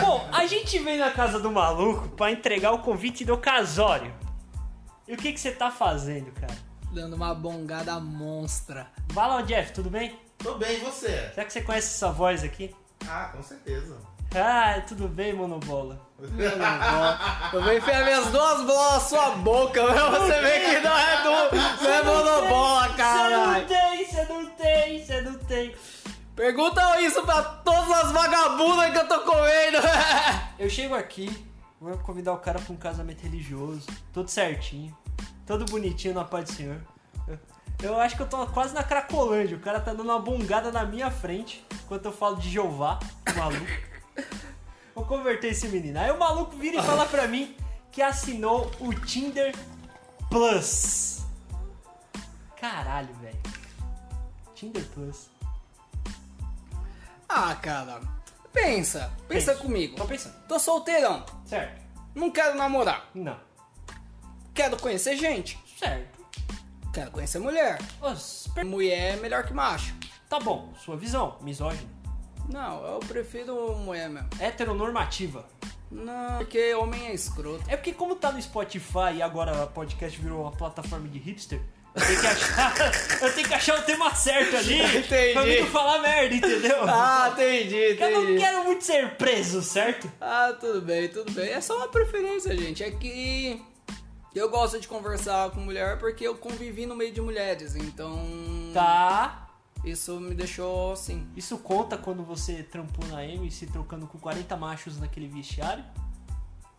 Bom, a gente veio na casa do maluco pra entregar o convite do casório. E o que que você tá fazendo, cara? Dando uma bongada monstra. Vai lá, Jeff, tudo bem? Tô bem, e você? Será que você conhece essa voz aqui? Ah, com certeza. Ah, tudo bem, monobola. Meu Deus. Eu vou enfiar minhas duas bolas na sua boca, pra você ver que não é do. Não é monobola, Você não caralho. tem, você não tem, você não tem. Pergunta isso pra todas as vagabundas que eu tô comendo. Eu chego aqui, vou convidar o cara pra um casamento religioso, todo certinho, todo bonitinho na paz do Senhor. Eu- Eu acho que eu tô quase na Cracolândia, o cara tá dando uma bongada na minha frente enquanto eu falo de Jeová, o maluco. Vou converter esse menino. Aí o maluco vira e fala pra mim que assinou o Tinder Plus. Caralho, velho. Tinder Plus. Ah, cara. Pensa, pensa comigo. Tô pensando. Tô solteirão, Certo. não quero namorar. Não. Quero conhecer gente, Certo. quero conhecer mulher. Os per- Mulher é melhor que macho. Tá bom, sua visão, misógino. Não, eu prefiro mulher mesmo. heteronormativa. Não, porque homem é escroto. É porque como tá no Spotify e agora o podcast virou uma plataforma de hipster, eu tenho que achar, eu tenho que achar o tema certo ali pra mim Entendi. não falar merda, entendeu? Ah, entendi, Porque eu não entendi. quero muito um ser preso, certo? Ah, tudo bem, tudo bem. É só uma preferência, gente. É que eu gosto de conversar com mulher porque eu convivi no meio de mulheres, então Tá. isso me deixou assim. Isso conta quando você trampou na M se trocando com 40 machos naquele vestiário?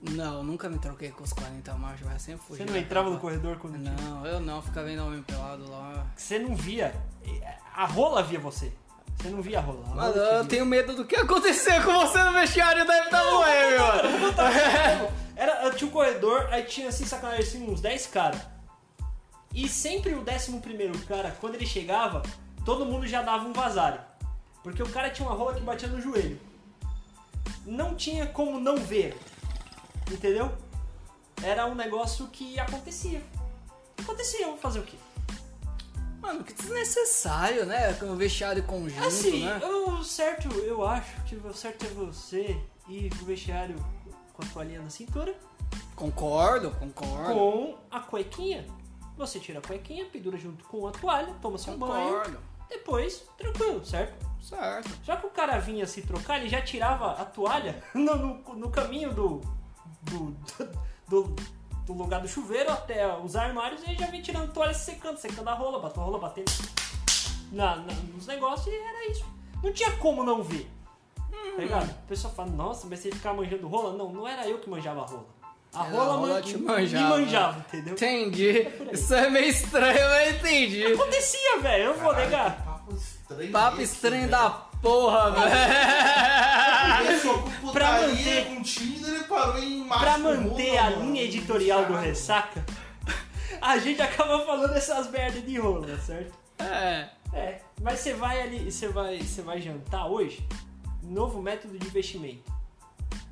Não, eu nunca me troquei com os 40 machos, mas sempre fui. tá? Você não entrava no corredor quando tinha- é, Ah, Não, eu não, ficava vendo homem pelado lá. Você não via. eh, A rola via você. Você não via a rola. a rola Mas te eu via. tenho medo do que aconteceu com você no vestiário da FWM, mano. Era, tinha um corredor, aí tinha assim, sacanagem, assim, uns 10 caras. E sempre o 11 primeiro cara, quando ele chegava, todo mundo já dava um vazar. Porque o cara tinha uma rola que batia no joelho. Não tinha como não ver. Entendeu? Era um negócio que acontecia. Acontecia, vamos fazer o quê? Mano, que desnecessário, né? Com o vestiário conjunto, Assim, né? eu- o certo, eu acho que o certo é você ir pro vestiário com a toalhinha na cintura Concordo, concordo. com a cuequinha. Você tira a cuequinha, pendura junto com a toalha, toma seu banho. Concordo. Depois, tranquilo, certo? Certo. Já que o cara vinha se trocar, ele já tirava a toalha no, no- no caminho do do, do- do lugar do chuveiro até os armários e ele já vinha tirando toalha secando, secando a rola, batendo a rola, batendo na, na- nos negócios e era isso. Não tinha como não ver. Hum. Tá ligado? A pessoa fala, nossa, mas você ficar manjando rola? Não, não era eu que manjava a rola. A Era rola, a rola man- te me manjava. manjava, entendeu? Entendi. Isso é meio estranho, mas entendi. Acontecia, velho, eu vou Caralho, que negar. Papo estranho. né? Papo esse, estranho velho. da porra, velho. Começou com Pra putaria, manter- com Tinder e parou em macho Pra com manter rola, a mano. linha editorial do Caralho. Ressaca, a gente acaba falando essas merdas de rola, certo? É. É, mas você vai ali, você vai, você vai jantar hoje, novo método de investimento.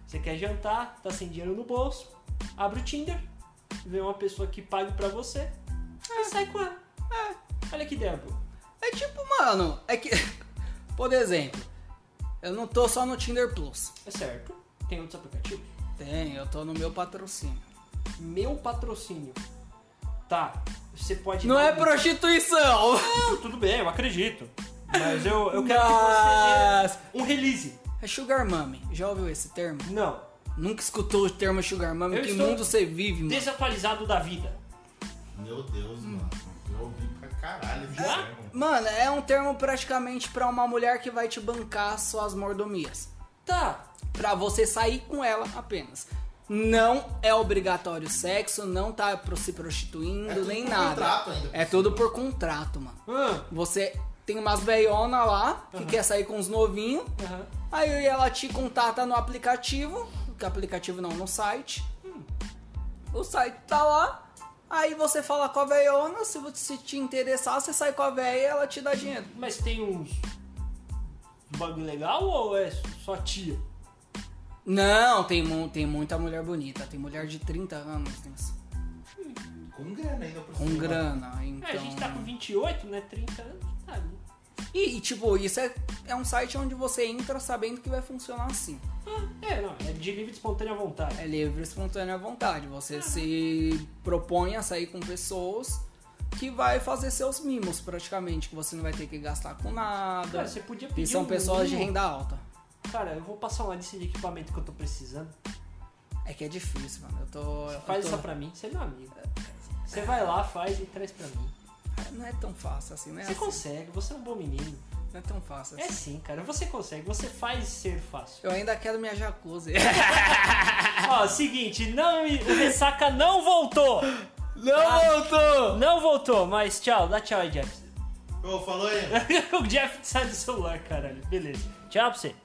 Você quer jantar, tá sem dinheiro no bolso, abre o Tinder, vê uma pessoa que pague pra você, aí sai com ela. Olha que ideia, pô. É tipo, mano, é que. Por exemplo, eu não tô só no Tinder Plus. É certo, tem outros aplicativos. Tem, eu tô no meu patrocínio. Meu patrocínio. Tá, você pode... Não dar é um- prostituição! Não, tudo bem, eu acredito. Mas eu, eu quero Mas- que você dê um release. É Sugar Mummy. Já ouviu esse termo? Não, Nunca escutou o termo Sugar Mummy? Eu que estou mundo você vive, mano? desatualizado da vida. Meu Deus, mano. Eu ouvi pra caralho esse Já? termo. Mano, é um termo praticamente pra uma mulher que vai te bancar suas mordomias. Tá, Pra você sair com ela apenas. Não é obrigatório sexo, não tá pro- se prostituindo, É tudo nem por nada. contrato ainda. É tudo por contrato, mano. Ah, Você tem umas veiona lá que quer sair com os novinhos. Aham. Aí ela te contata no aplicativo, que aplicativo não, no site. O site tá lá, aí você fala com a veiona, se, você- se te interessar, você sai com a veia e ela te dá dinheiro. Mas tem uns bagulho legal ou é só tia? Não, tem, mu- tem muita mulher bonita, tem mulher de 30 anos nisso. Com grana ainda por Com cima. grana, então... É, a gente tá com 28, né? 30 anos, tá ali. E, e, tipo, isso é, é um site onde você entra sabendo que vai funcionar assim. Ah, é, não, é de livre e espontânea vontade. É livre, espontânea vontade. Você se propõe a sair com pessoas que vai fazer seus mimos, praticamente, que você não vai ter que gastar com nada. Cara, você podia pedir E É, então, são um pessoas de mimo. renda alta. Cara, eu vou passar uma lista de equipamento que eu tô precisando. É que é difícil, mano. Eu tô. eu Faz tô- isso pra mim, você é meu amigo. Você vai lá, faz e traz pra mim. Não é tão fácil assim, né? Você consegue, você é um bom menino. Não é tão fácil É assim. sim, cara, você consegue, você faz ser fácil. Eu ainda quero minha jacuzzi. Ó, seguinte, não, o Ressaca não voltou! Não voltou! Não voltou, mas tchau, dá tchau aí, Jeff. Ô, falou aí. o Jeff sai do celular, caralho. Beleza. Tchau pra você.